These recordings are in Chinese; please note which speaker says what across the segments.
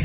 Speaker 1: 听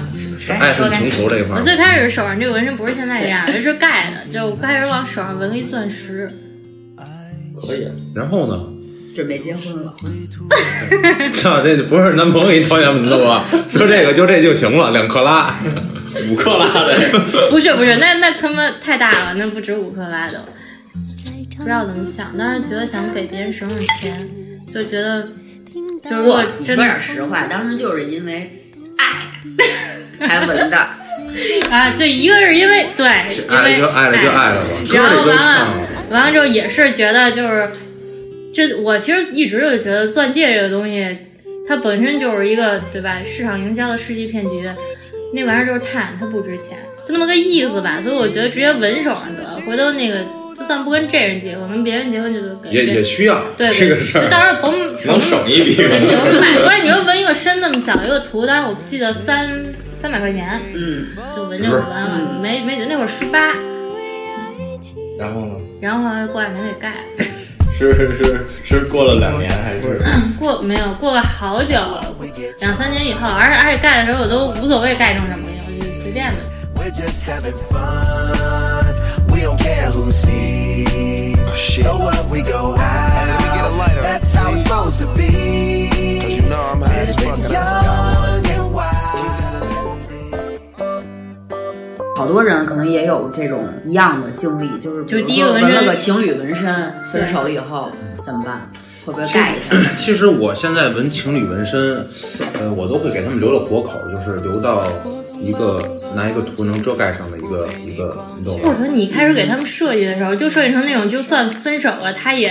Speaker 2: 爱恨情仇这一块
Speaker 3: 我
Speaker 2: 儿。
Speaker 3: 最开始手上这个纹身不是现在这样，这是盖的，就我开始往手上纹了一钻石，
Speaker 4: 可以，啊
Speaker 2: 然后呢？
Speaker 5: 准备结婚了，
Speaker 2: 操，这不是男朋友给你掏钱门子吧？说这个就这就行了，两克拉。
Speaker 4: 五克拉的，
Speaker 3: 不是不是，那那他妈太大了，那不止五克拉都。不知道怎么想，当时觉得想给别人省省钱，就觉得就是如果
Speaker 5: 你说
Speaker 3: 真的
Speaker 5: 点实话，当时就是因为 爱才纹的，
Speaker 3: 啊，对，一个是因为对，因
Speaker 2: 爱了
Speaker 3: 为哎
Speaker 2: 就爱了就爱了吧，歌
Speaker 3: 然
Speaker 2: 里
Speaker 3: 后
Speaker 2: 都
Speaker 3: 完
Speaker 2: 唱
Speaker 3: 了
Speaker 2: 了。，
Speaker 3: 完了之后也是觉得就是，这我其实一直就觉得钻戒这个东西，它本身就是一个对吧？市场营销的世纪骗局，那玩意儿就是碳，它不值钱，就那么个意思吧。所以我觉得直接纹手上得了，回头那个就算不跟这人结婚，跟别人结婚就得给
Speaker 2: 也也需要
Speaker 3: 对
Speaker 2: 这个
Speaker 3: 对
Speaker 2: 事
Speaker 3: 就到
Speaker 2: 儿。
Speaker 3: 时候甭
Speaker 4: 能省一笔
Speaker 3: 对
Speaker 4: 吗？
Speaker 3: 省买，不是你说纹一个身那么小一个图，当时我记得三三百块钱
Speaker 5: 嗯，
Speaker 3: 就纹这个纹了，没没那会儿十八，
Speaker 4: 然后呢？
Speaker 3: 然后后来过两年给盖了。
Speaker 4: 是是是是过了两年还是？
Speaker 3: 过没有过了好久了，两三年以后，而且而且盖的时候我都无所谓盖成什么样，我就随便吧。
Speaker 6: We're just having fun. We don't care who sees. So what we go out. Oh, Let me get a lighter. That's how it's supposed to be. Cause you know I'm high as fuck. Young and wild.
Speaker 5: 好多人可能也有这种一样的经历，就是
Speaker 3: 就
Speaker 5: 比如
Speaker 3: 第一个
Speaker 5: 说
Speaker 3: 纹
Speaker 5: 纹了
Speaker 3: 身
Speaker 5: 个情侣纹身，分手以后怎么办？会不会盖一下？
Speaker 2: 其实我现在纹情侣纹身，呃，我都会给他们留了活口，就是留到一个拿一个图能遮盖上的一个一个，你懂
Speaker 3: 或
Speaker 2: 吗
Speaker 3: 者？说你一开始给他们设计的时候，就设计成那种，就算分手了，他也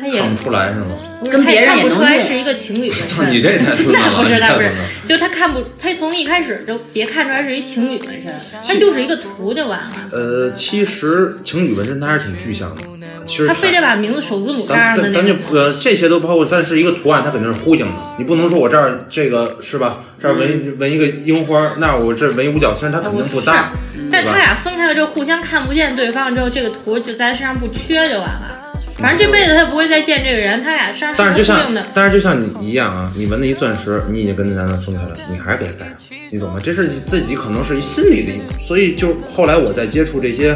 Speaker 3: 他也
Speaker 2: 看不出来是吗？
Speaker 3: 不是
Speaker 5: 嗯跟
Speaker 3: 他也
Speaker 5: 别人
Speaker 3: 看
Speaker 5: 也
Speaker 3: 不
Speaker 5: 能
Speaker 3: 出来
Speaker 5: 用
Speaker 3: 是一个情侣纹
Speaker 2: 操，
Speaker 3: 身。
Speaker 2: 你这太刺
Speaker 3: 那
Speaker 2: 挠
Speaker 3: 不
Speaker 2: 了，
Speaker 3: 是，
Speaker 2: 你
Speaker 3: 那
Speaker 2: 太
Speaker 3: 不是
Speaker 2: 刺挠了。，
Speaker 3: 就他看不，他从一开始就别看出来是一情侣纹身，他就是一个图就完了，
Speaker 2: 呃，其实情侣纹身它还是挺具象的，其实
Speaker 3: 他非得把名字首字母加
Speaker 2: 咱
Speaker 3: 上的
Speaker 2: 咱
Speaker 3: 那
Speaker 2: 咱
Speaker 3: 种
Speaker 2: 就。呃，这些都包括，但是一个图案它肯定是呼应的，你不能说我这
Speaker 3: 嗯
Speaker 2: 儿这个是吧？这儿纹纹一个樱花，那我这纹一五角星，它肯定不搭。
Speaker 3: 但但哦是他啊俩分开了之后，互相看不见对方之后，这个图就在身上不缺就完了。反正这辈子他也不会再见这个人，他俩身上
Speaker 2: 但是就是
Speaker 3: 固
Speaker 2: 像
Speaker 3: 定的。
Speaker 2: 但是就像你一样啊，你纹了一钻石，你已经跟那男的分开了，你还是给他戴上，你懂吗？这是自己可能是一心理的一种，所以就是后来我在接触这些，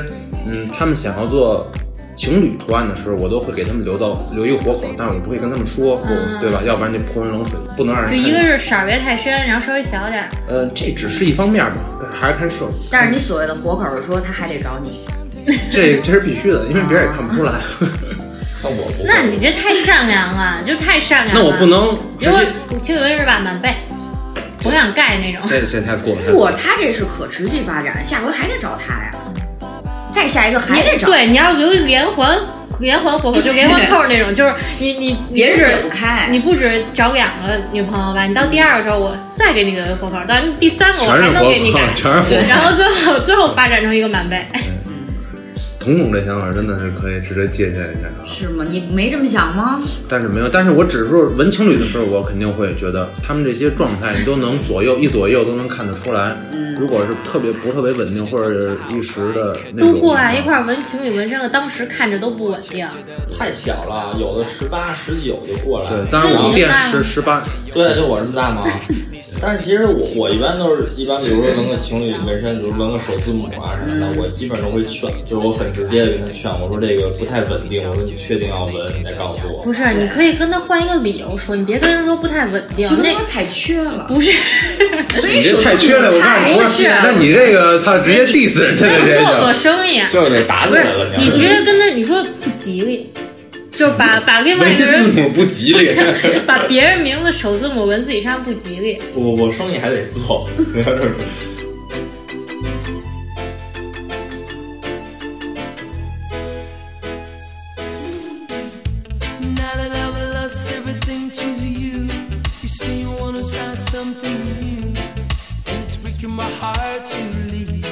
Speaker 2: 嗯，他们想要做。情侣图案的时候，我都会给他们留到留一个活口，但是我不会跟他们说，我对吧？要不然就泼人冷水，不能让人
Speaker 3: 就嗯
Speaker 2: 看见。
Speaker 3: 一个是色儿别太深，然后稍微小点儿。
Speaker 2: 呃，这只是一方面吧，还是看社会。
Speaker 5: 但是你所谓的活口儿是说他还得找你，
Speaker 2: 这 这是必须的，因为别人也看不出来。
Speaker 3: 啊 嗯
Speaker 4: 那我不会
Speaker 3: 那你这太善良了，就太善良了。
Speaker 2: 那我不。能直
Speaker 3: 如果
Speaker 2: 接，
Speaker 3: 情侣纹是吧，满背，我想盖那种。
Speaker 2: 这这太过分
Speaker 5: 不，
Speaker 2: 了。
Speaker 5: 他这是可持续发展，下回还得找他呀，再下一个 还得找，
Speaker 3: 对，你要留一连环连环活口，就连环扣那种，就是你你
Speaker 5: 别
Speaker 3: 你
Speaker 5: 人
Speaker 3: 不止
Speaker 5: 解不开。
Speaker 3: 你不止找两个女朋友吧？你到第二个时候，我再给你个活口，到第三个我
Speaker 2: 全
Speaker 3: 还
Speaker 2: 是
Speaker 3: 能
Speaker 2: 活
Speaker 3: 给你改
Speaker 2: 口，， 全是活
Speaker 3: 对，
Speaker 2: 口。
Speaker 3: 然后最后最后发展成一个满背。
Speaker 2: 彤彤这想法真的是可以值得借鉴一下啊，
Speaker 5: 是吗？你没这么想吗？
Speaker 2: 但是没有，但是我只是说文情侣的时候，我肯定会觉得他们这些状态你都能左右一 左右都能看得出来。
Speaker 3: 嗯
Speaker 2: 如果是特别不是特别稳定或者是一时的 那嗯种，
Speaker 3: 都过来一块儿纹情侣纹身了，当时看着都不稳定。
Speaker 4: 太小了，有的十八、十九就过来了
Speaker 2: 对，。当然我们店
Speaker 3: 那
Speaker 2: 是十八，
Speaker 4: 对，就我这么大嘛。 但是其实我我一般都是一般，比如说纹个情侣纹身，比如纹个首字母啊什么的，我基本上都会劝，就是我很直接的跟他劝，我说这个不太稳定，我说你确定要纹，你再告诉我。
Speaker 3: 不是，你可以跟他换一个理由说，你别跟人说不太稳定。那
Speaker 5: 太缺了，
Speaker 3: 不 是，
Speaker 2: 你这太缺了，我告诉你，不是，
Speaker 3: 啊
Speaker 2: 那你这个操，直接 diss 人家
Speaker 3: 没
Speaker 2: 的这
Speaker 3: 有 做过
Speaker 2: 个，
Speaker 3: 生意啊。
Speaker 4: 就是得打起来了，
Speaker 3: 你
Speaker 4: 要
Speaker 3: 直
Speaker 4: 是
Speaker 3: 接跟他你说不吉利，就 把把另外
Speaker 2: 文
Speaker 3: 一个
Speaker 2: 字
Speaker 3: 人
Speaker 2: 母不吉利。
Speaker 3: 把别人名字首字母纹自己身上不吉利。
Speaker 4: 我我生意还得做，你要这么说
Speaker 7: Now that I've lost everything to you, you say you wanna start something new, and it's breaking my heart to leave.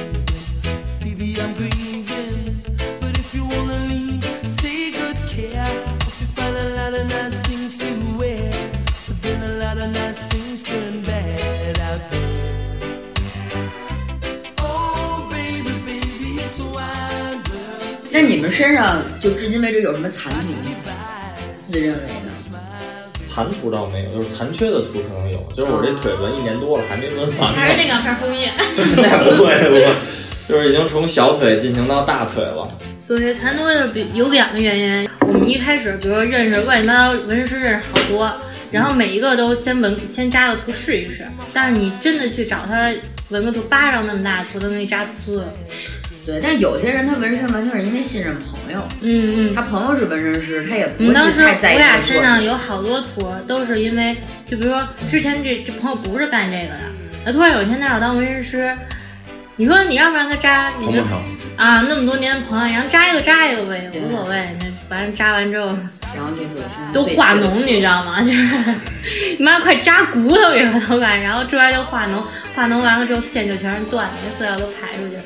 Speaker 7: Baby, I'm grieving, but if you wanna leave, take good care. Hope you find a lot of nice things to wear, but then a lot of nice things turn bad out there. Oh, baby, baby, it's a wild world.
Speaker 5: 那你们身上就至今为止有什么残图吗？自认为呢？
Speaker 4: 残图倒没有，就是残缺的图可能有，就是我这腿纹一年多了还没纹完呢。
Speaker 3: 还是那两片枫叶。
Speaker 4: 那不会不会，就是已经从小腿进行到大腿了。
Speaker 3: 所谓残多的比有两个原因，我们一开始比如说认识乱七八糟纹身师认识好多，然后每一个都先纹先扎个图试一试，但是你真的去找他纹个图巴掌那么大的图，他能给你扎呲了。
Speaker 5: 对，但有些人他纹身完全是因为信任朋友，
Speaker 3: 嗯嗯。
Speaker 5: 他朋友是纹身师，他也不
Speaker 3: 我们
Speaker 5: 会
Speaker 3: 当时
Speaker 5: 太在
Speaker 3: 我
Speaker 5: 意这
Speaker 3: 俩
Speaker 5: 个
Speaker 3: 身
Speaker 5: 作
Speaker 3: 上
Speaker 5: 用。
Speaker 3: 有好多图，都是因为就比如说之前这这朋友不是干这个的，那突然有一天他要当纹身师，你说你让不让他扎？你
Speaker 2: 红
Speaker 3: 就
Speaker 2: 不长，
Speaker 3: 啊那么多年的朋友，然后扎一个扎一个呗，无所谓。那反正扎完之后。
Speaker 5: 然后就是我身上
Speaker 3: 都
Speaker 5: 最
Speaker 3: 化
Speaker 5: 缺的
Speaker 3: 脓，你知道吗？ 就是你妈快扎骨头给我老板，然后出来就化脓，化脓完了之后线就全是断的，那塑料都排出去了。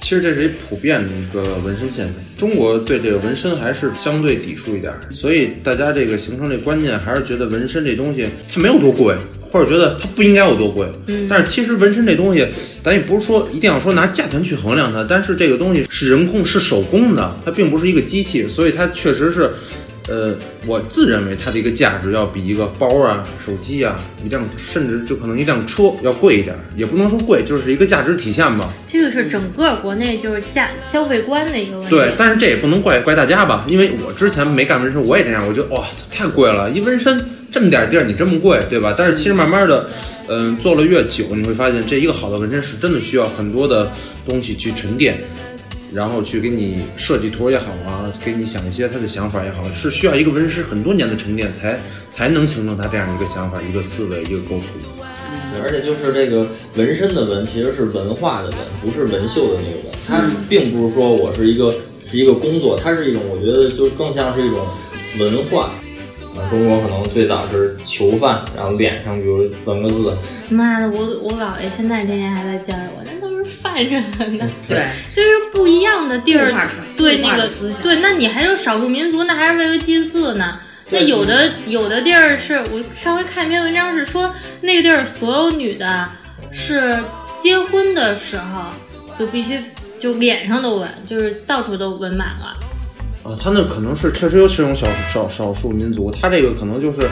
Speaker 2: 其实这是一普遍的一个纹身现象，中国对这个纹身还是相对抵触一点儿，所以大家这个形成这观念还是觉得纹身这东西它没有多贵，或者觉得它不应该有多贵。嗯，但是其实纹身这东西，咱也不是说一定要说拿价钱去衡量它，但是这个东西是人工是手工的，它并不是一个机器，所以它确实是。呃，我自认为它的一个价值要比一个包啊、手机啊、一辆甚至就可能一辆车要贵一点儿，也不能说贵，就是一个价值体现吧。
Speaker 3: 这个是整个国内就是价消费观的一个问题。
Speaker 2: 对，但是这也不能怪怪大家吧，因为我之前没干纹身，我也这样，我觉得哇塞太贵了，一纹身这么点地儿你这么贵，对吧？但是其实慢慢的，嗯、做了越久，你会发现这一个好的纹身师真的需要很多的东西去沉淀。然后去给你设计图也好啊，给你想一些他的想法也好，是需要一个纹身师很多年的沉淀才才能形成他这样一个想法、一个思维、一个构图。
Speaker 4: 对而且就是这个纹身的纹，其实是文化的纹，不是纹绣的那个纹。它
Speaker 5: 嗯
Speaker 4: 并不是说我是一个是一个工作，它是一种我觉得就更像是一种文化。啊，中国可能最早是囚犯，然后脸上比如纹个字，
Speaker 3: 妈的，我我姥爷现在天天还在教育我，那都是犯人呢，
Speaker 5: 对，
Speaker 3: 就是不一样的地儿
Speaker 5: 文化传。
Speaker 3: 对
Speaker 5: 文化
Speaker 3: 那个
Speaker 5: 思想
Speaker 3: 对，那你还有少数民族，那还是为了祭祀呢。那有的有的地儿是我上回看一篇文章是说，那个地儿所有女的是结婚的时候。就必须就脸上都纹，就是到处都纹满了。
Speaker 2: 啊，他那可能是确实有这种少少少数民族，他这个可能就是，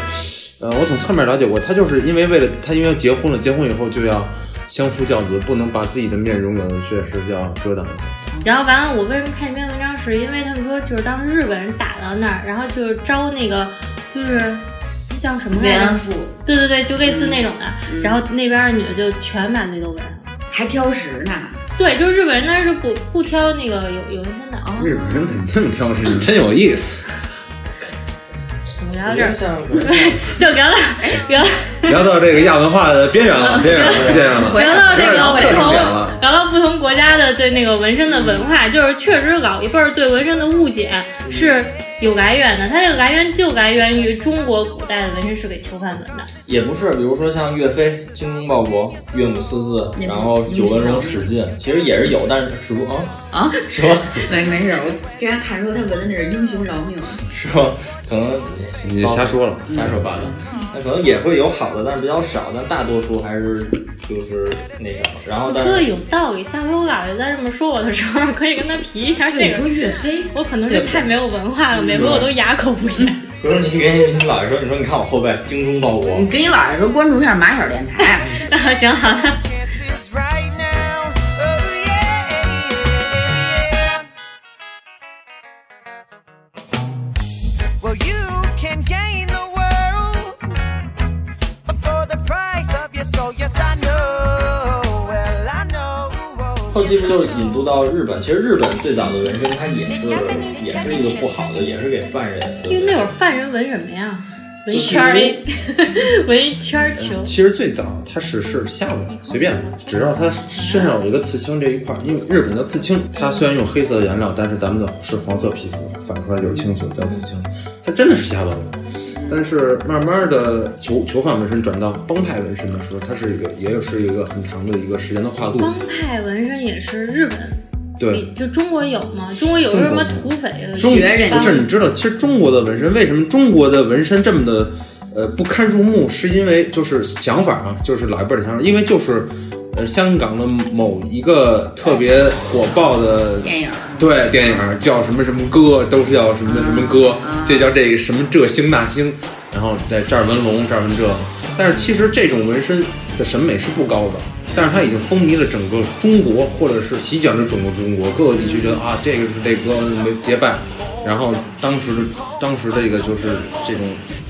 Speaker 2: 呃，我从侧面了解过，他就是因为为了他因为要结婚了，结婚以后就要相夫教子，不能把自己的面容有的确实要遮挡一下。
Speaker 3: 然后完了，我为什么看这篇文章，是因为他们说就是当时日本人打到那儿，然后就是招那个就是那叫什么来
Speaker 5: 慰安
Speaker 3: 着？
Speaker 5: 妇嗯
Speaker 3: 对对对，就类似那种的。然后那边的女的就全满那都纹上了。
Speaker 5: 还挑食呢，
Speaker 3: 对，就是日本人他是不不挑那个有有纹身的啊。
Speaker 2: 日本人肯定挑食，你真有意思。
Speaker 3: 我们聊到这儿，
Speaker 4: 像
Speaker 3: 就聊到
Speaker 5: 哎
Speaker 3: 聊
Speaker 2: 聊到这个亚文化的边缘了，边缘了，边缘
Speaker 3: 聊
Speaker 2: 了。
Speaker 3: 到这个不
Speaker 2: 侧重
Speaker 3: 同
Speaker 2: 点了，
Speaker 3: 聊到不同国家的对那个纹身的文化，就是确实老一辈儿对纹身的误解
Speaker 2: 嗯
Speaker 3: 是有来源的，它这个来源就来源于中国古代的纹身是给囚犯纹的。
Speaker 4: 也不是，比如说像岳飞、精忠报国、岳母四字，
Speaker 5: 你们
Speaker 4: 然后九纹龙史进，其实也是有，但是只不过啊
Speaker 5: 啊，
Speaker 4: 是吧？
Speaker 5: 没没事，我给他看出他纹的那是英雄饶命，
Speaker 4: 是吧？可能
Speaker 2: 你瞎说了。
Speaker 4: 瞎说八道，
Speaker 3: 嗯
Speaker 4: 那可能也会有好的，但是比较少，但大多数还是就是那什么。然后但
Speaker 3: 说的
Speaker 4: 是
Speaker 3: 有道理，下回我姥爷再这么说我的时候，可以跟他提一下这
Speaker 5: 对，你
Speaker 3: 个
Speaker 5: 说。岳飞，
Speaker 3: 我可能是太没有文化
Speaker 2: 嗯
Speaker 3: 了，每回
Speaker 4: 对
Speaker 3: 我都哑口无言。
Speaker 4: 比如说你给你姥爷说，你说你看我后背精忠报国，
Speaker 5: 你跟你姥爷说关注一下马小电台， 啊
Speaker 3: 那行好了。
Speaker 7: chances right now. Oh, yeah, yeah. Well, you can gain the world for the price of your soul. Yes, I know. Well, I know.
Speaker 4: 后期不就是引渡到日本？其实日本最早的纹身，它也是也是一个不好的，也是给犯人的。
Speaker 3: 因为 那会儿犯人纹什么呀？纹一圈儿 A，纹 一圈儿球。
Speaker 2: 其实最早它是是下巴，随便吧，只要它身上有一个刺青这一块儿，因为日本叫刺青，它虽然用黑色的颜料，但是咱们的是黄色皮肤，反出来就是青色，叫刺青。它真的是下巴纹，但是慢慢的囚囚犯纹身转到帮派纹身的时候，它是一个也有是一个很长的一个时间的跨度。
Speaker 3: 帮派纹身也是日本，
Speaker 2: 对，
Speaker 3: 就中国有吗？中国有
Speaker 2: 中
Speaker 3: 什
Speaker 2: 国
Speaker 3: 么土匪的
Speaker 2: 中
Speaker 5: 学人家
Speaker 2: 不是你知道，其实中国的纹身为什么中国的纹身这么的呃不堪入目，是因为就是想法啊，就是老一辈儿的想法，因为就是呃香港的某一个特别火爆的
Speaker 5: 电影儿
Speaker 2: 对电影儿叫什么什么歌，都是叫什么什么
Speaker 5: 啊
Speaker 2: 歌，这叫这个什么这星那星，然后在这儿纹龙，这儿纹这个，但是其实这种纹身的审美是不高的。但是它已经风靡了整个中国，或者是席卷了整个中国各个地区，觉得啊，这个是这歌没结拜，然后当时的当时这个就是这种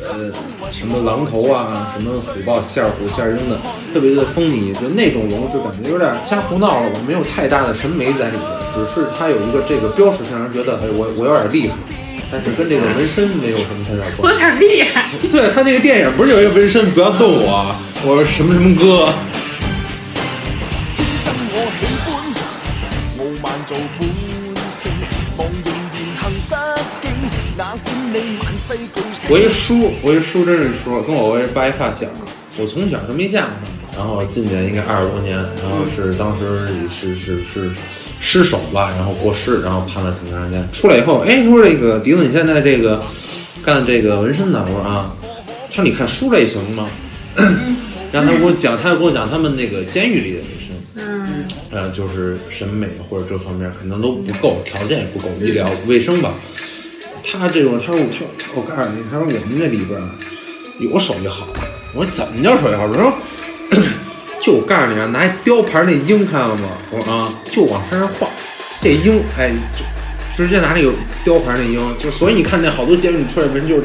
Speaker 2: 呃什么狼头啊，什么虎豹、线儿虎、线儿鹰的，特别的风靡，就那种龙是感觉有点瞎胡闹了吧，没有太大的审美在里面，只是它有一个这个标识，让人觉得哎我我有点厉害，但是跟这个纹身没有什么太大
Speaker 3: 我
Speaker 2: 关
Speaker 3: 有
Speaker 2: 系。
Speaker 3: 点厉害。
Speaker 2: 对他那个电影不是有一个纹身不要动我，我什么什么哥。
Speaker 7: 天生我喜歡，傲慢做本性，忘形言行失敬，哪管你萬世巨星
Speaker 2: 我。一叔，我一叔真是叔，跟我一八一发小，我从小就没见过他。然后进去应该二十多年，然后是当时是是是失手吧，然后过世，然后判了挺长时间。出来以后，哎，说这个笛子，你现在这个干这个纹身呢？我说啊，他说你看书类型吗？然后他给我讲，他给我讲他们那个监狱里的纹身。
Speaker 3: 嗯，
Speaker 2: 呃，就是审美或者这方面可能都不够，条件也不够，医疗卫生吧。他这种，他说我他我告诉你，他说我们那里边儿有手艺好。我说怎么叫手艺好？我说 就我告诉你啊，拿一雕牌那鹰看了吗？我说啊，就往身上画。这鹰，哎，就直接拿那个雕牌那鹰，就所以你看那好多监狱出来纹就是。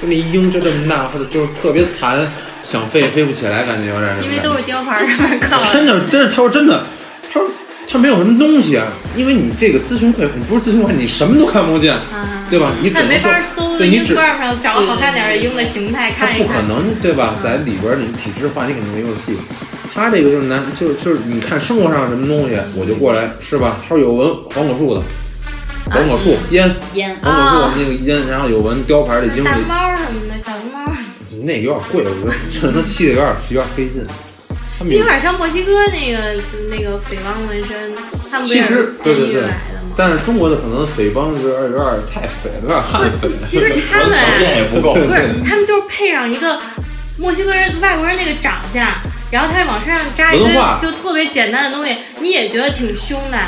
Speaker 2: 就那鹰就这么大，或者就是特别残，想飞也飞不起来，感觉有点那种
Speaker 3: 因为
Speaker 2: 感觉
Speaker 3: 都是雕牌上面靠
Speaker 2: 真的，但是他说真的，他说他没有什么东西啊，因为你这个咨询会，你不是咨询会，你什么都看不见，对吧？你只
Speaker 3: 那
Speaker 2: 能
Speaker 3: 啊没
Speaker 2: 说
Speaker 3: 法搜，
Speaker 2: 对你
Speaker 3: 鹰
Speaker 2: 只
Speaker 3: 冠上找好看点儿的鹰的形态
Speaker 2: 他
Speaker 3: 看一嗯
Speaker 2: 不可
Speaker 3: 看。
Speaker 2: 能，对吧？在里边儿你体制化，你肯定没有戏。他这个就是难，就是就是你看生活上什么东西，我就过来，是吧？他说有纹黄果树的，黄果
Speaker 3: 嗯
Speaker 2: 树烟，
Speaker 5: 烟
Speaker 2: 黄果
Speaker 3: 啊
Speaker 2: 树那个烟，然后有纹雕牌的经
Speaker 3: 大
Speaker 2: 理，
Speaker 3: 猫什么的，小猫，
Speaker 2: 那有点贵，我觉得 这能吸的有点有点费劲。他们有
Speaker 3: 有点像墨西哥那个那个匪帮纹身，他们不
Speaker 2: 其
Speaker 3: 也
Speaker 2: 实
Speaker 3: 是
Speaker 2: 对
Speaker 3: 监
Speaker 2: 对
Speaker 3: 狱
Speaker 2: 对
Speaker 3: 来的，吗？
Speaker 2: 但是中国的可能匪帮是有点有点太匪了，有点悍匪。
Speaker 3: 其实他们
Speaker 4: 条
Speaker 3: 啊
Speaker 4: 件也不够，
Speaker 3: 不是，他们就是配上一个墨西哥人、外国人那个长相，然后他往身上扎一堆
Speaker 2: 文化
Speaker 3: 就特别简单的东西，你也觉得挺凶的。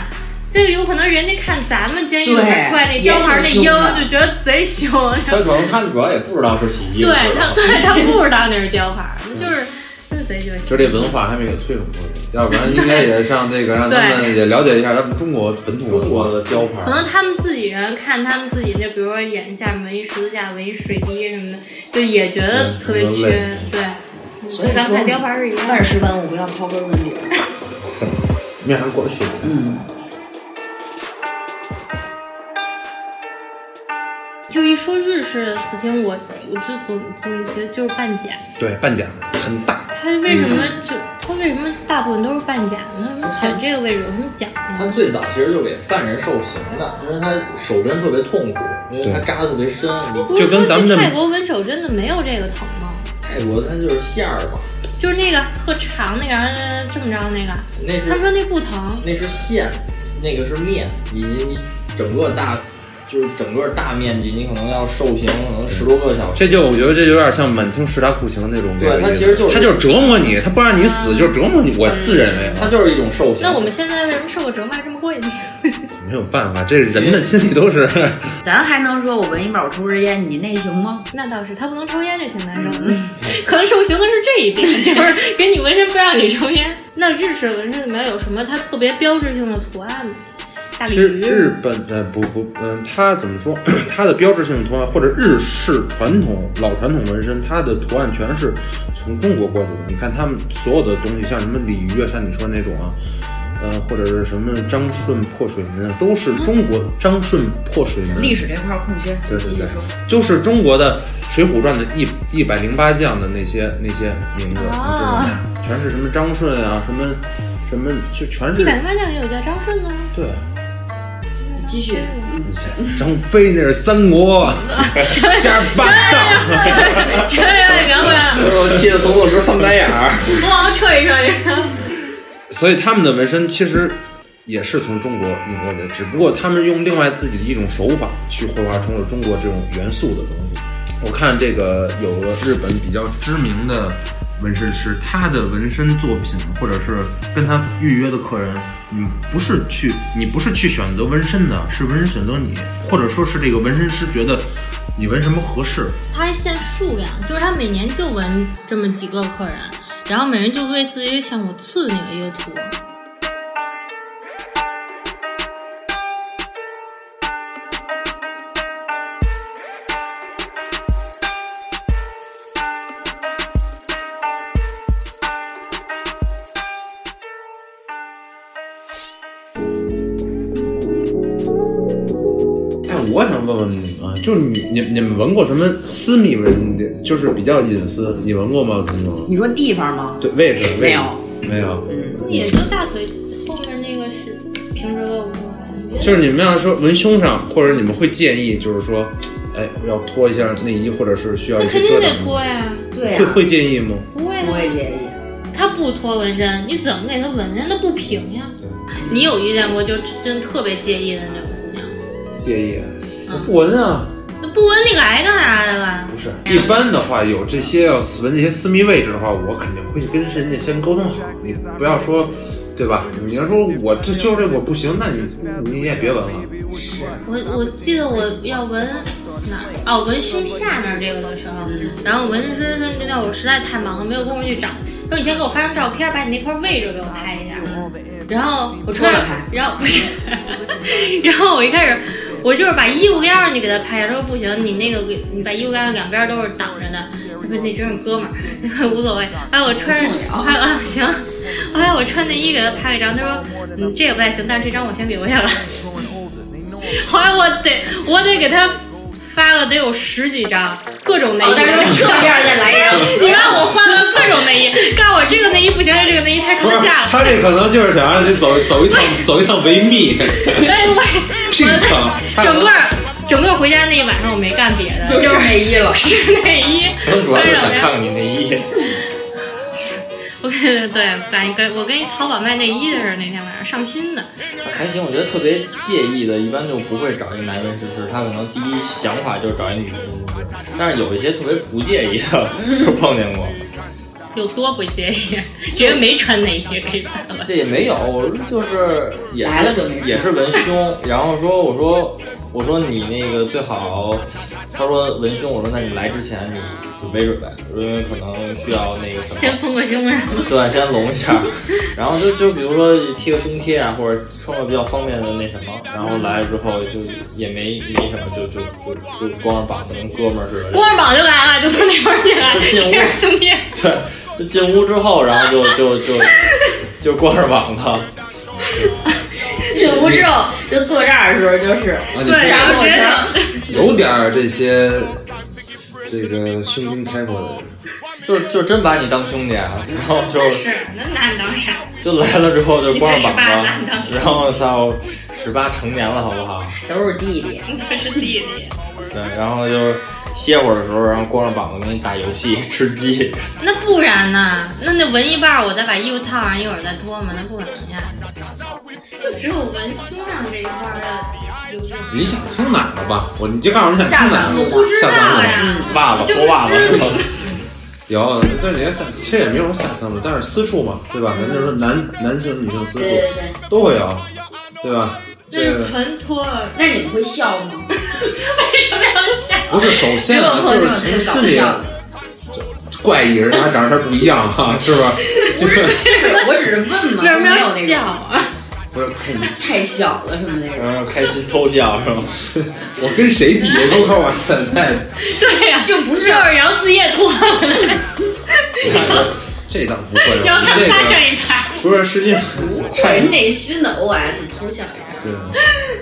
Speaker 3: 这个有可能人家看咱们监狱里面
Speaker 5: 对
Speaker 3: 出来那
Speaker 5: 也
Speaker 3: 腰牌儿那
Speaker 5: 挺凶
Speaker 3: 腰
Speaker 5: 的
Speaker 3: 就觉得贼凶，
Speaker 8: 他可能他们主要也不知道是洗衣服，
Speaker 3: 对
Speaker 8: 是吧
Speaker 3: 他，对他不知道那是雕牌儿，就是就是贼鸡巴
Speaker 2: 就
Speaker 3: 凶。
Speaker 2: 这文化还没给推崇过去，要不然应该也 让那个让他们也了解一下咱们中国本土
Speaker 4: 中
Speaker 2: 文化
Speaker 4: 国。的雕牌
Speaker 3: 可能他们自己人看他们自己那，比如说演下文艺十字架、文艺水滴什么的，就也觉得特别
Speaker 2: 嗯
Speaker 3: 缺，对。
Speaker 5: 所以
Speaker 3: 咱们看
Speaker 5: 说
Speaker 3: 雕牌儿是一样的
Speaker 5: 万。事万物不要刨根问底儿。
Speaker 2: 面上过去，
Speaker 5: 嗯，
Speaker 3: 就一说日式的死刑，我我就总总觉得就是半假。
Speaker 2: 对，半假很大，
Speaker 3: 他为什么
Speaker 2: 嗯
Speaker 3: 就、他为什么大部分都是半假呢？他选这个位置有什么讲
Speaker 4: 他
Speaker 3: 究？
Speaker 4: 最早其实就给犯人受刑的，因为他手针特别痛苦，因为他
Speaker 2: 对
Speaker 4: 扎的特别深。你
Speaker 3: 不是
Speaker 2: 就
Speaker 3: 说
Speaker 2: 跟咱们
Speaker 3: 去
Speaker 2: 的
Speaker 3: 泰国纹手真的没有这个疼吗？
Speaker 4: 泰国他就是线儿嘛，
Speaker 3: 就是那个特长那个，然后这么着那个，
Speaker 4: 那
Speaker 3: 他们
Speaker 4: 是
Speaker 3: 说那不疼，
Speaker 4: 那是线，那个是面，你你你整个大就是整个大面积，你可能要受刑，可能十多个小时。
Speaker 2: 这就我觉得这有点像满清十大酷刑那种那
Speaker 4: 对
Speaker 2: 个意思。
Speaker 4: 他其实就是
Speaker 2: 他就是折磨你，他不让你
Speaker 3: 嗯
Speaker 2: 死，就是折磨你。我自认为
Speaker 4: 它
Speaker 2: 啊，
Speaker 4: 就是一种受刑。
Speaker 3: 那我们现在为什么受个折磨还这么过瘾？
Speaker 2: 没有办法，这人的心里都是。
Speaker 5: 咱还能说我闻一宝抽根烟，你那行吗？
Speaker 3: 那倒是，他不能抽烟，这挺难受的。
Speaker 2: 嗯
Speaker 3: 可能受刑的是这一 点，就是给你纹身不让你抽烟。那日式纹身里面有什么它特别标志性的图案吗？大
Speaker 2: 其
Speaker 3: 鲤
Speaker 2: 实
Speaker 3: 鱼。
Speaker 2: 日本的不不，嗯，它怎么说？ 它的标志性图案或者日式传统老传统纹身，它的图案全是从中国过去的。你看他们所有的东西，像什么鲤鱼啊，像你说那种啊，呃，或者是什么张顺破水门啊，都是中国张顺破水门。
Speaker 5: 嗯历史这块儿空缺，
Speaker 2: 对
Speaker 5: 继
Speaker 2: 对
Speaker 5: 续
Speaker 2: 对
Speaker 5: 说。，
Speaker 2: 就是中国的《水浒传》的一一百零八将的那些那些名字，你知道
Speaker 3: 哦
Speaker 2: 吗？
Speaker 5: 啊
Speaker 2: 全是什么张顺啊，什么什么，就全
Speaker 3: 一
Speaker 2: 是
Speaker 3: 百零八将也有叫张顺吗？
Speaker 2: 对。
Speaker 5: 继续，
Speaker 2: 张飞那是三国，瞎八道。
Speaker 3: 这样明白了，
Speaker 4: 我气得总总直翻白眼儿。
Speaker 3: 我好像撤一撤这个。
Speaker 2: 所以他们的纹身其实也是从中国嗯引过来的，只不过他们用另外自己的一种手法去绘画出了中国这种元素的东西。我看这个有个日本比较知名的纹身师，他的纹身作品或者是跟他预约的客人，你不是去你不是去选择纹身的，是纹身选择你，或者说是这个纹身师觉得你纹什么合适，
Speaker 3: 他还限数量，就是他每年就纹这么几个客人，然后每人就类似于像我刺那个一个图。
Speaker 2: 哎，我想问问你们啊，就是你你你们闻过什么私密纹的？就是比较隐私，你闻过吗，童总？
Speaker 5: 你说地方吗？
Speaker 2: 对，位置位
Speaker 5: 没
Speaker 2: 置
Speaker 5: 有，嗯
Speaker 2: 没有。嗯
Speaker 3: 也就大腿后面那个是平时都无所谓。
Speaker 2: 就是你们要说纹胸上，或者你们会建议，就是说，哎，要脱一下内衣，或者是需要
Speaker 3: 那
Speaker 2: 一
Speaker 3: 肯
Speaker 2: 些
Speaker 3: 定
Speaker 2: 遮
Speaker 3: 得
Speaker 2: 挡吗。
Speaker 3: 脱呀，
Speaker 5: 对呀
Speaker 2: 会，会建议吗？
Speaker 3: 不会
Speaker 5: 不
Speaker 3: 啊，
Speaker 5: 会介意。
Speaker 3: 他不脱纹身，你怎么给他纹呀？那不平呀。你有遇见过就真特别介意的那种姑娘吗？
Speaker 2: 介意啊
Speaker 3: 嗯
Speaker 2: 不闻啊，
Speaker 3: 那不纹你来干啥来了？
Speaker 2: 不是。一般的话，有这些要闻这些私密位置的话，我肯定会跟人家先沟通好，你不要说，对吧？你要说我这就这我不行，那你你也别闻了。
Speaker 3: 我我记得我要纹哪儿哦，纹胸下面这个的时候，然后纹身师说那我实在太忙了，没有功夫去找，说你先给我发张照片，把你那块位置给我拍一下。然后我穿上
Speaker 5: 脱了，
Speaker 3: 然后不是， 然后我一开始我就是把衣服盖儿你给他拍，他说不行，你那个给你把衣服盖儿两边都是挡着的。他说那真是哥们儿， 那个无所谓。哎，我穿上，还有啊行， 后来我穿内衣给他拍了一张，他说嗯这也不太行，但是这张我先留下了。后来我得我得给他发了得有十几张各种内衣，
Speaker 5: 哦，但是说侧面再来一张，
Speaker 3: 你让我换了各种内衣，告诉我这个内衣不行，这个内衣太
Speaker 2: 不
Speaker 3: 高
Speaker 2: 是，
Speaker 3: 下了。
Speaker 2: 他这可能就是想让你走走一趟，走一趟维 密 啊
Speaker 3: 哎我
Speaker 2: ，pink，
Speaker 3: 整个整个回家那一晚上我没干别的，就
Speaker 5: 就是内衣了。
Speaker 3: 是内衣，
Speaker 4: 主要就是想看看你内衣。
Speaker 3: 我对对，感觉跟我跟淘宝卖内衣的时候那天晚上上新的，
Speaker 4: 还行，我觉得特别介意的，一般就不会找一男纹师师，他可能第一想 法就是找一女纹师师。但是有一些特别不介意的，就碰见过。
Speaker 3: 有多不介意，因为没穿内衣可以来了。
Speaker 4: 这也没有，我就是也
Speaker 3: 来了就没
Speaker 4: 是也是文胸，然后说我说我说你那个最好，他说文胸，我说那你来之前你准备准备，因为可能需要那个什么
Speaker 3: 先。丰个胸啊！
Speaker 4: 对，先隆一下，然后就就比如说贴个胸贴啊，或者穿个比较方便的那什么，然后来了之后就也没没什么，就就就就光着膀子跟哥们儿似的，
Speaker 3: 光着膀就来了，就从那边儿进来，
Speaker 4: 就进屋
Speaker 3: 这样胸贴。
Speaker 4: 对，就进屋之后，然后就就就就光着膀子，
Speaker 9: 进屋之后就坐这儿的时候就是，
Speaker 10: 啊，你
Speaker 3: 对，
Speaker 10: 是
Speaker 3: 然后觉得，
Speaker 10: 有点儿这些这个胸襟开阔的人。
Speaker 4: 就是就真把你当兄弟啊， 然后就是
Speaker 3: 那拿你当啥？
Speaker 4: 就来了之后就光着膀
Speaker 3: 你才18呢当
Speaker 4: 子，
Speaker 3: 时
Speaker 4: 然后到十八成年了，好不好？
Speaker 9: 都是弟弟，
Speaker 3: 就是弟弟。
Speaker 4: 对，然后就是歇会儿的时候，然后光着膀子跟你打游戏、 吃鸡，
Speaker 3: 那不然呢？那那纹一半儿，我再把衣服套上，一会儿再脱嘛，那不可能呀。就只有纹胸上这一块儿的有用。
Speaker 2: 你想听哪个吧？我你就告诉我你想听哪个吧。
Speaker 3: 我不知
Speaker 2: 下三
Speaker 3: 道
Speaker 2: 路吧。
Speaker 3: 呀。嗯
Speaker 4: 袜子脱袜子，
Speaker 2: 有，但是也想，其实也没有下三路，但是私处嘛，对吧？咱就说男男性、女性私处
Speaker 5: 对对对，
Speaker 2: 都会有，对吧？
Speaker 3: 那
Speaker 2: 这个
Speaker 3: 是纯脱了，
Speaker 5: 那你们会笑吗？
Speaker 3: 为什么要下？
Speaker 2: 不是，首先啊，就是从心里怪异人，他长得还不一样哈，是 吧？就是
Speaker 5: 我只是问嘛，
Speaker 3: 为什么
Speaker 5: 没
Speaker 3: 要
Speaker 5: 有那
Speaker 3: 笑
Speaker 5: 种
Speaker 3: 啊？
Speaker 2: 不是看你，
Speaker 5: 太小了什么那种。
Speaker 4: 然后开心偷笑是吗？
Speaker 2: 我跟谁比？我靠，我现在
Speaker 3: 对呀， 就不是，就是然后自己也脱 了呢，
Speaker 2: 这倒 不会，啊
Speaker 3: 然后他
Speaker 2: 这
Speaker 3: 们仨
Speaker 2: 个
Speaker 3: 站一排。
Speaker 2: 不是实际上
Speaker 5: 对，你得新的 OS 偷笑一下。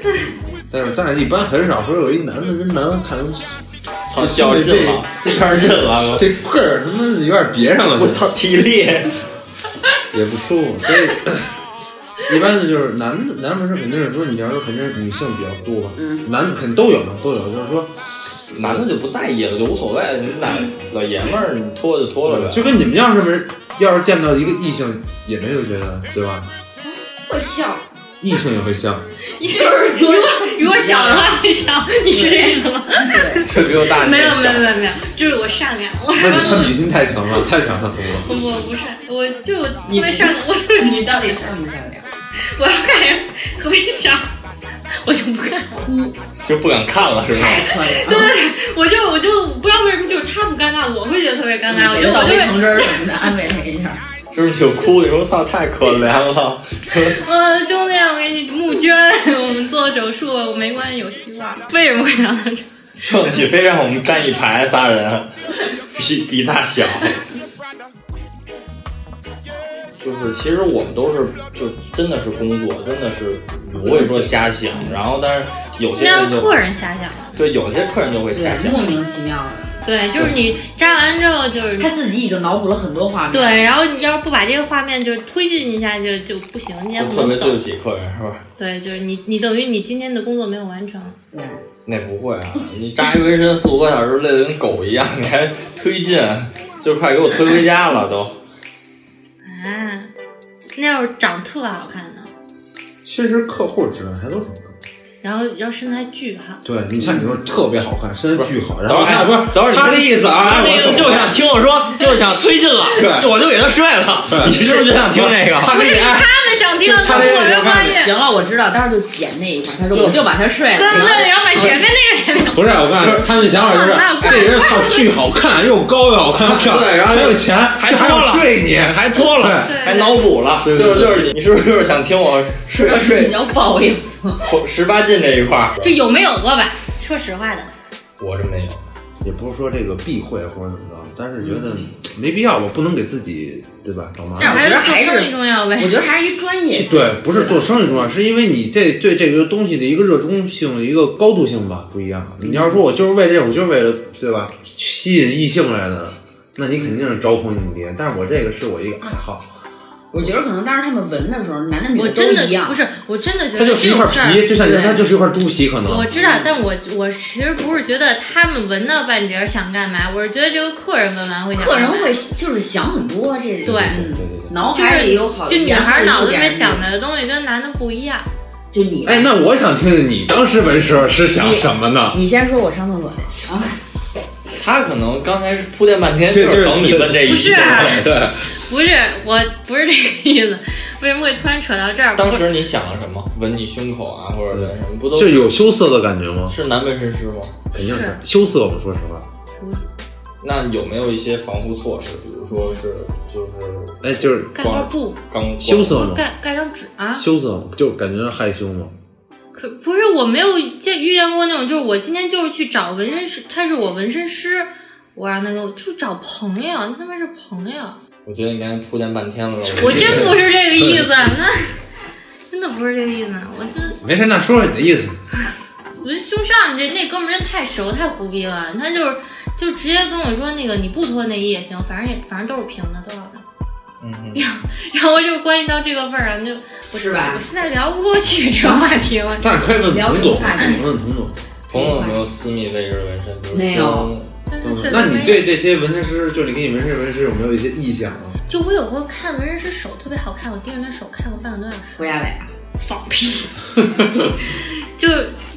Speaker 2: 对，但是但是一般很少说有一男的跟男的看着。
Speaker 4: 操，较着劲了，较着劲了，
Speaker 2: 这个儿他妈有点别上了，
Speaker 4: 我操，体力，
Speaker 2: 也不舒服，所以 一般的就是男的男纹身肯定是，就是你要说肯定是女性比较多吧，男的肯定都有嘛，都有，就是说
Speaker 4: 男的就不在意了，就无所谓，你男老爷们儿你脱就脱了呗
Speaker 2: 就，跟你们要是没要是见到一个异性，也没有觉得对吧？
Speaker 5: 会笑，
Speaker 2: 异性也会笑，
Speaker 5: 就是
Speaker 3: 如果如果小的话会笑，你是这意思吗？
Speaker 4: 就只有大人
Speaker 3: 没有没
Speaker 4: 笑
Speaker 3: 有没有没有，就是我善良，我
Speaker 2: 那你看女性太强了，太强了，中国。
Speaker 3: 我不善，我就特别善良，我就是
Speaker 5: 你到底善不善良？
Speaker 3: 我要看人特别小，我就不看。
Speaker 4: 就不敢看了是吗？
Speaker 5: 太可以了，
Speaker 3: 对，我就我就不知道为什么，就是他们尴尬，我会觉得特别尴尬。我
Speaker 5: 给
Speaker 3: 觉得
Speaker 5: 他倒
Speaker 3: 我就
Speaker 5: 杯
Speaker 3: 会，
Speaker 5: 橙汁儿什么的，安慰他一下。
Speaker 4: 是不是就哭？你说操，太可怜了。
Speaker 3: 嗯，兄弟，我给你募捐，我们做手术，我没关系，有希望。为什么会聊到 这？
Speaker 4: 就你非让我们站一排仨人，啊比比大小。就是，其实我们都是，就真的是工作，真的是不会说瞎想。然后，但是有些
Speaker 3: 那
Speaker 4: 人
Speaker 3: 让
Speaker 4: 就
Speaker 3: 客人嗯瞎想。
Speaker 4: 对有些客人就会瞎
Speaker 5: 对，
Speaker 4: 想
Speaker 5: 莫，名其妙的，
Speaker 3: 对，就是你扎完之后就是
Speaker 5: 他。自己已经脑补了很多画面。
Speaker 3: 对，然后你要是不把这个画面就是推进一下就就不行，今天
Speaker 4: 就
Speaker 3: 不
Speaker 4: 特别
Speaker 3: 能
Speaker 4: 对
Speaker 3: 走
Speaker 4: 不。起客人，是吧？
Speaker 3: 对，就是你你等于你今天的工作没有完成。
Speaker 5: 对，
Speaker 4: 那不会啊，你扎一纹身四五个小时，累得跟狗一样，你还推进，就快给我推回家了都。
Speaker 3: 啊，那要是长特好看呢？
Speaker 2: 其实客户质量还都挺高。
Speaker 3: 然后然后身材巨好，
Speaker 2: 对，你像你说特别好看，身材巨好，然后
Speaker 4: 等会儿
Speaker 2: 哎不是，
Speaker 4: 等会儿
Speaker 2: 他的意思啊，
Speaker 4: 他
Speaker 2: 哎
Speaker 4: 那
Speaker 2: 我
Speaker 4: 个
Speaker 2: 懂
Speaker 4: 就想听我说，就想推进了，
Speaker 2: 对
Speaker 4: 就我就给他睡了。你是不是就想听这个？
Speaker 2: 他
Speaker 3: 不
Speaker 2: 这
Speaker 3: 是
Speaker 2: 个哎
Speaker 3: 他们想听，
Speaker 2: 就他
Speaker 3: 但是
Speaker 2: 这
Speaker 3: 我
Speaker 2: 个
Speaker 3: 没
Speaker 2: 人看
Speaker 3: 发
Speaker 2: 着
Speaker 3: 现。
Speaker 5: 行了，我知道，待会儿就剪那一块。他说
Speaker 4: 就
Speaker 5: 我就把他睡了。
Speaker 3: 对对
Speaker 5: 然后
Speaker 3: 对，然后把前面那个前面
Speaker 2: 不是，啊我告诉你，他们想法就是
Speaker 3: 那怪
Speaker 2: 这人操巨好看，又高又好看，又漂亮，
Speaker 4: 对然后
Speaker 2: 还有钱，
Speaker 4: 还
Speaker 2: 这还
Speaker 4: 脱
Speaker 2: 要
Speaker 4: 了
Speaker 2: 睡你，
Speaker 4: 还脱了，
Speaker 3: 对
Speaker 4: 还脑补了，
Speaker 2: 对对
Speaker 4: 就是
Speaker 2: 对
Speaker 4: 就是你，你是不是就是想听我睡
Speaker 5: 你
Speaker 4: 睡
Speaker 5: 要报应。
Speaker 4: 十八禁这一块儿？
Speaker 3: 就有没有过吧？说实话的，
Speaker 4: 我这没有，
Speaker 2: 也不是说这个避讳或者怎么着，但是觉得
Speaker 4: 嗯
Speaker 2: 没必要，我不能给自己对吧找麻
Speaker 5: 但
Speaker 2: 烦。
Speaker 3: 还
Speaker 5: 我觉得
Speaker 3: 做
Speaker 5: 还是
Speaker 3: 生意重要
Speaker 5: 我
Speaker 3: 呗。
Speaker 5: 觉得哎还是一专业性。
Speaker 2: 对，不是做生意重要，是因为你这对这个东西的一个热衷性、一个高度性吧不一样。你要是说我就是为这，我就是为了对吧吸引异性来的，那你肯定是招蜂引蝶。但是我这个是我一个爱好，
Speaker 5: 我觉得可能当时他们闻的时候，男的女
Speaker 3: 我
Speaker 5: 都
Speaker 3: 真的
Speaker 5: 一样
Speaker 3: 不。是，我真的觉
Speaker 2: 它
Speaker 3: 得
Speaker 2: 就是一块
Speaker 3: 嗯这种事儿
Speaker 2: 皮，就像你说
Speaker 5: 对
Speaker 2: 它就是一块猪皮，可能
Speaker 3: 我知道，但我我其实不是觉得他们闻到半截儿想干嘛，我是觉得这个客人闻完会想
Speaker 5: 客
Speaker 3: 干嘛。
Speaker 5: 人会就是想很多，这
Speaker 3: 对
Speaker 5: 嗯脑海里有好，
Speaker 3: 就女孩儿脑子里面
Speaker 5: 面
Speaker 3: 想，的东西跟男的不一样。
Speaker 5: 就你
Speaker 2: 哎，那我想听听你当时纹身是想什么呢？
Speaker 5: 你先说，我上厕所去。啊，
Speaker 4: 他可能刚才是铺垫半天，
Speaker 2: 这
Speaker 4: 就是等你问这一
Speaker 3: 不是
Speaker 4: 句。对，
Speaker 3: 不是，我不是这个意思。为什么会突然扯到这儿？
Speaker 4: 当时你想了什么？吻你胸口啊，或者吻什么？不都
Speaker 2: 这有羞涩的感觉吗？
Speaker 4: 是男纹身师吗？
Speaker 2: 肯定是
Speaker 3: 是
Speaker 2: 羞涩。我说实话，
Speaker 4: 那有没有一些防护措施？比如说是就是
Speaker 2: 哎，就是
Speaker 3: 盖块布，
Speaker 4: 刚
Speaker 2: 羞涩吗？
Speaker 3: 盖盖张纸啊？
Speaker 2: 羞涩吗就感觉害羞吗？
Speaker 3: 可不是，我没有见遇见过那种，就是我今天就是去找纹身师，他是我纹身师，我让他给我就找朋友，那他妈是朋友，
Speaker 4: 我觉得你刚才铺垫半天了。
Speaker 3: 我真不是这个意 思，那真的不是这个意思，我就
Speaker 2: 没事，那说说你的意思。
Speaker 3: 纹胸上这那哥们儿真太熟太胡逼了，他就是就直接跟我说那个你不脱内衣也行，反正也反正都是平的，都要的。
Speaker 4: 嗯，
Speaker 3: 然后就关系到这个份儿上，就不
Speaker 5: 是吧
Speaker 3: 我现在聊不过去这个话题了。
Speaker 2: 但是可以问
Speaker 5: 聊
Speaker 2: 童
Speaker 5: 什
Speaker 2: 总
Speaker 5: 么话题，
Speaker 2: 问童总，
Speaker 4: 彤彤有没有私密位置的纹身？比如
Speaker 5: 没有
Speaker 4: 胸
Speaker 3: 但是确实
Speaker 2: 那你
Speaker 3: 没
Speaker 2: 对这些纹身师，就是你给你纹身纹身师有没有一些意向啊？
Speaker 3: 就我有过看纹身师手特别好看，我盯着他手看过半个多小时。
Speaker 5: 涂鸦伟啊，
Speaker 3: 放屁！ 就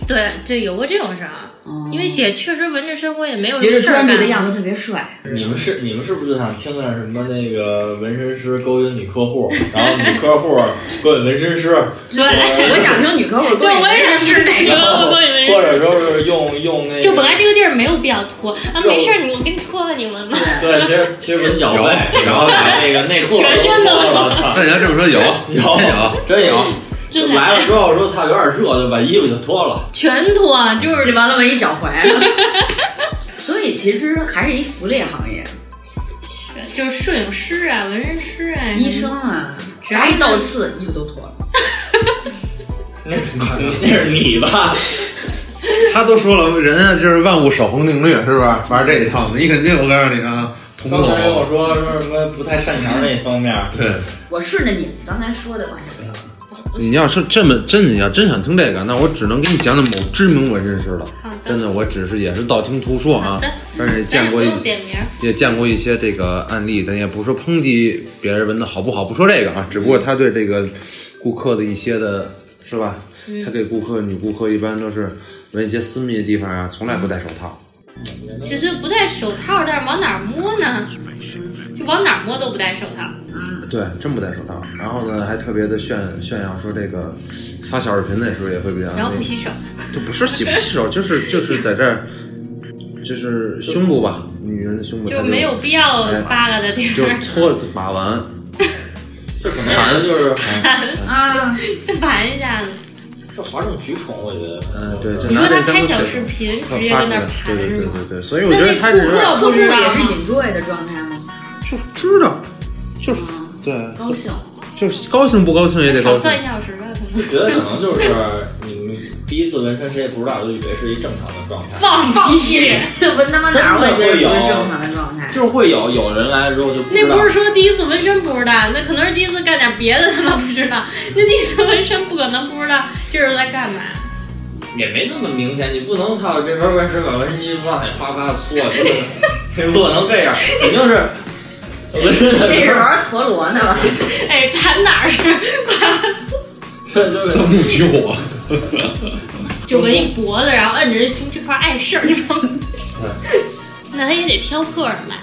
Speaker 3: 对，就有过这种事儿啊。因为写确实纹着身，我也没有
Speaker 5: 觉得
Speaker 3: 事儿干
Speaker 5: 哦专注的样子特别帅，
Speaker 4: 你们是你们是不是就想听听什么那个纹身师勾引女客户，然后女客户勾引纹身师，
Speaker 3: 对
Speaker 5: 我想听女客户勾
Speaker 3: 对，
Speaker 5: 引
Speaker 3: 我也
Speaker 5: 人，
Speaker 3: 想是 哪
Speaker 4: 然后
Speaker 3: 个勾引纹
Speaker 4: 或
Speaker 3: 身师。
Speaker 4: 者说是用用那个，
Speaker 3: 就本来这个地儿没有必要脱啊，没事儿，你我给你脱吧，你闻吧。
Speaker 4: 对，其实其实纹脚背，
Speaker 2: 哎
Speaker 4: 然后把那个内裤
Speaker 3: 全身的
Speaker 4: 的
Speaker 2: 那你要这么说有
Speaker 4: 有
Speaker 2: 真有，
Speaker 4: 真有。
Speaker 3: 真的
Speaker 4: 就来了之后说操，有点热，就把衣服就脱了。
Speaker 3: 全脱，就是
Speaker 5: 这完了纹一脚踝， 所以其实还是一服类行业，
Speaker 3: 就是摄影师啊，纹身师啊，
Speaker 5: 医生啊，
Speaker 3: 只要
Speaker 5: 扎一倒刺，衣服都脱了。
Speaker 4: 那是
Speaker 2: 嗯
Speaker 4: 你 那是你吧？
Speaker 2: 他都说了，人啊就是万物守恒定律，是不是？玩这一套的，你肯定我告诉你啊，童
Speaker 4: 刚才跟我
Speaker 2: 总，
Speaker 4: 说说什么不太擅长那方面，
Speaker 2: 对，
Speaker 5: 我顺着你们刚才说的往下聊，
Speaker 2: 你要是这么真的，你要真想听这个，那我只能给你讲讲某知名纹身师了
Speaker 3: 好的。
Speaker 2: 真的，我只是也是道听途说
Speaker 3: 好
Speaker 2: 啊
Speaker 3: 的，
Speaker 2: 但是见过
Speaker 3: 但 是不
Speaker 2: 一
Speaker 3: 用
Speaker 2: 些
Speaker 3: 点名儿。
Speaker 2: 也见过一些这个案例，咱也不是说抨击别人纹的好不好，不说这个
Speaker 3: 嗯
Speaker 2: 啊，只不过他对这个顾客的一些的，是吧？
Speaker 3: 嗯
Speaker 2: 他给顾客女顾客一般都是纹一些私密的地方啊，从来不戴手套。
Speaker 3: 只是不戴手套，但是往哪儿摸呢？就往哪儿摸都不戴手套。嗯
Speaker 2: 对，真不戴手套。然后呢，还特别的炫炫耀说这个发小视频的时候也会比较
Speaker 3: 然后
Speaker 2: 那
Speaker 3: 不洗手，
Speaker 2: 就不是洗不洗手，就是就是在这儿，就是胸部吧，女人的胸部，
Speaker 3: 就
Speaker 2: 她
Speaker 3: 没有必要
Speaker 2: 哎
Speaker 3: 扒拉的地
Speaker 2: 就
Speaker 3: 方，
Speaker 2: 搓把玩，
Speaker 4: 这可能就是
Speaker 5: 啊，
Speaker 3: 再 盘一下子。
Speaker 4: 这哗众取宠，我觉得。
Speaker 2: 嗯，对，就
Speaker 3: 你
Speaker 2: 拿
Speaker 3: 说
Speaker 2: 这
Speaker 3: 他
Speaker 2: 当
Speaker 3: 拍
Speaker 2: 个
Speaker 3: 小
Speaker 2: 水
Speaker 3: 视频，直
Speaker 2: 发
Speaker 3: 接
Speaker 2: 发
Speaker 3: 在
Speaker 2: 出
Speaker 3: 那
Speaker 2: 来
Speaker 3: 儿，盘
Speaker 2: 对对
Speaker 3: 是
Speaker 2: 对
Speaker 3: 吗？
Speaker 2: 对对，所以我觉得他
Speaker 3: 那
Speaker 2: 是
Speaker 3: 那顾客
Speaker 5: 客户也
Speaker 3: 不
Speaker 5: 是
Speaker 3: 知道吗
Speaker 5: enjoy 的状态吗？
Speaker 2: 就是知道，就是对，
Speaker 5: 啊高兴，
Speaker 2: 就是高兴不高兴也得
Speaker 3: 少
Speaker 2: 高兴，
Speaker 3: 算一小时吧，可能。
Speaker 4: 就 觉得可能就是你们第一次纹身，谁也不知道，就以为是一正常的状态。
Speaker 3: 放屁！
Speaker 5: 纹他妈哪儿我也觉得不是正常的状态。
Speaker 4: 就是会有有人来了之后就不知
Speaker 3: 那
Speaker 4: 道
Speaker 3: 不是说第一次纹身不知道，那可能是第一次干点别的，他妈不知道。那第一次纹身不可能不知道这是在干嘛。
Speaker 4: 也没那么明显，你不能操这边纹身把纹身衣服往里哗哗搓，不能不能这样，肯定是纹身的
Speaker 5: 那
Speaker 4: 时
Speaker 5: 是
Speaker 4: 候，
Speaker 5: 玩陀螺呢吧？
Speaker 3: 哎，盘哪儿是？
Speaker 4: 这就是
Speaker 2: 钻木取火，
Speaker 3: 就纹一脖子，然后摁着胸这块碍事儿，这 方面。那他也得挑客人吧，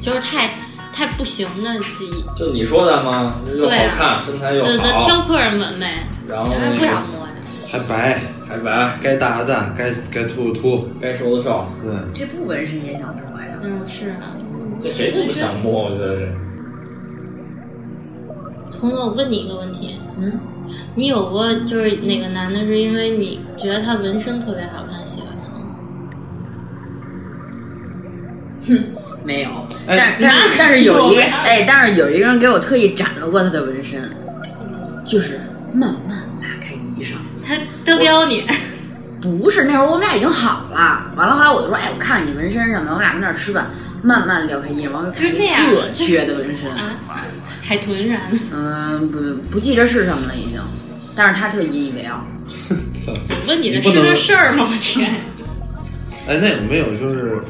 Speaker 3: 就是太太不行的，就
Speaker 4: 就你说的嘛，又好
Speaker 3: 对啊
Speaker 4: 看，身材又
Speaker 3: 就就
Speaker 4: 好，
Speaker 3: 挑客人纹呗，
Speaker 4: 然
Speaker 2: 哦
Speaker 4: 后
Speaker 3: 当然
Speaker 4: 那
Speaker 3: 不想
Speaker 4: 个
Speaker 3: 摸呀。
Speaker 2: 还白，
Speaker 4: 还白，
Speaker 2: 该大的大，该该秃的秃，
Speaker 4: 该瘦的瘦，
Speaker 2: 对，
Speaker 5: 这不纹身也想脱呀？
Speaker 3: 嗯，是啊。
Speaker 4: 这谁都不想摸，我觉得这。
Speaker 3: 彤彤，我问你一个问题，
Speaker 5: 嗯，
Speaker 3: 你有过就是哪个男的是因为你觉得他纹身特别好看喜欢他吗？
Speaker 5: 没有，
Speaker 2: 哎
Speaker 5: 但但是但是有一个哎，但是有一个人给我特意展露过他的纹身，就是慢慢拉开衣裳。
Speaker 3: 他他撩你，
Speaker 5: 不是，那会儿我们俩已经好了，完了后来我就说，哎，我看你纹身什么，我们俩在那儿吃饭，慢慢撩开衣裳，完了
Speaker 3: 就是那样
Speaker 5: 特缺的纹身，
Speaker 3: 啊， 海豚啥的。
Speaker 5: 嗯，不不记着是什么了已经，但是他特引以为傲，
Speaker 3: 问你
Speaker 2: 你
Speaker 3: 的
Speaker 2: 不
Speaker 3: 是
Speaker 2: 能
Speaker 3: 个事儿吗？我天，
Speaker 2: 哎，那有没有就是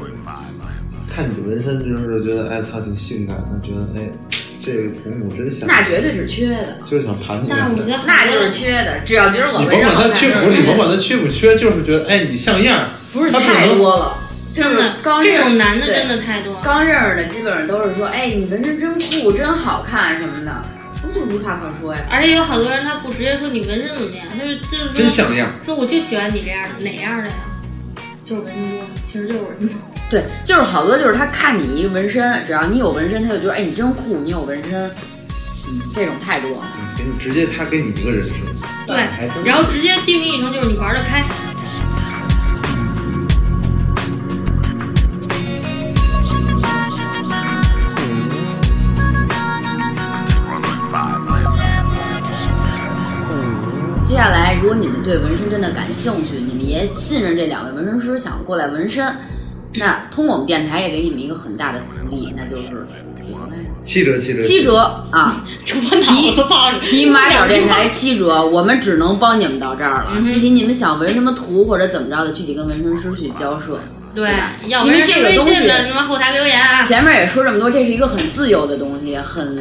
Speaker 2: 看你的纹身，就是觉得哎操挺性感的，觉得哎这个童母真想，
Speaker 5: 那绝对是缺的，
Speaker 2: 就是想盘你
Speaker 3: 但是我
Speaker 2: 两
Speaker 3: 觉
Speaker 2: 下。
Speaker 3: 得
Speaker 5: 那就是缺的，只要觉得我
Speaker 2: 你
Speaker 5: 纹
Speaker 2: 甭
Speaker 5: 身
Speaker 2: 管
Speaker 5: 好
Speaker 2: 他
Speaker 5: 看
Speaker 2: 缺
Speaker 5: 就是
Speaker 2: 不是，你
Speaker 5: 缺
Speaker 2: 甭管
Speaker 5: 的
Speaker 2: 他缺不缺，就是觉得哎你像样儿，
Speaker 5: 不是
Speaker 2: 他不
Speaker 5: 太
Speaker 2: 能
Speaker 5: 多了，
Speaker 3: 真的
Speaker 5: 就是刚
Speaker 3: 这种
Speaker 5: 认识
Speaker 3: 男的
Speaker 5: 对
Speaker 3: 真的太多了
Speaker 5: 刚认识的基本上都是说，哎，你纹身真酷，真好看什么的，我就无话可说呀。
Speaker 3: 而且有好多人他不直接说你纹身怎么样，他是就是说
Speaker 5: 真像样，
Speaker 3: 说我就喜欢你这样的，哪样的呀？就是纹身多，其实就是纹身多。
Speaker 5: 对，就是好多就是他看你一纹身，只要你有纹身，他就觉得哎你真酷，你有纹身，嗯，这种态度。
Speaker 2: 给你直接他给你一个人设，哎
Speaker 3: 对，然后直接定义成就是你玩得开。
Speaker 5: 接下来，如果你们对纹身真的感兴趣，你们也信任这两位纹身师想过来纹身， 那通过我们电台也给你们一个很大的福利，那就是几折呗
Speaker 2: 七折七折
Speaker 5: 七折 啊！ 提提马小电台七折，我们只能帮你们到这儿了。具体你们想纹什么图或者怎么着的，具体跟纹身师去交涉。
Speaker 3: 对
Speaker 5: 吧，
Speaker 3: 要
Speaker 5: 因
Speaker 3: 纹
Speaker 5: 为
Speaker 3: 身
Speaker 5: 这个
Speaker 3: 微
Speaker 5: 东
Speaker 3: 信
Speaker 5: 西
Speaker 3: 的他妈后台留言啊，
Speaker 5: 前面也说这么多，这是一个很自由的东西，很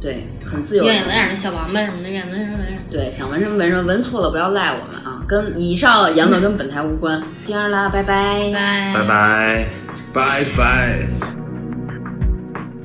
Speaker 5: 对，很自由的东
Speaker 3: 愿
Speaker 5: 西。
Speaker 3: 意纹点那小王八什么的，愿意纹什么纹什么。
Speaker 5: 对，想纹什么纹什么，纹错了不要赖我们啊！跟以上言论跟本台无关，这样啦，拜嗯拜，
Speaker 3: 拜
Speaker 2: 拜拜拜拜。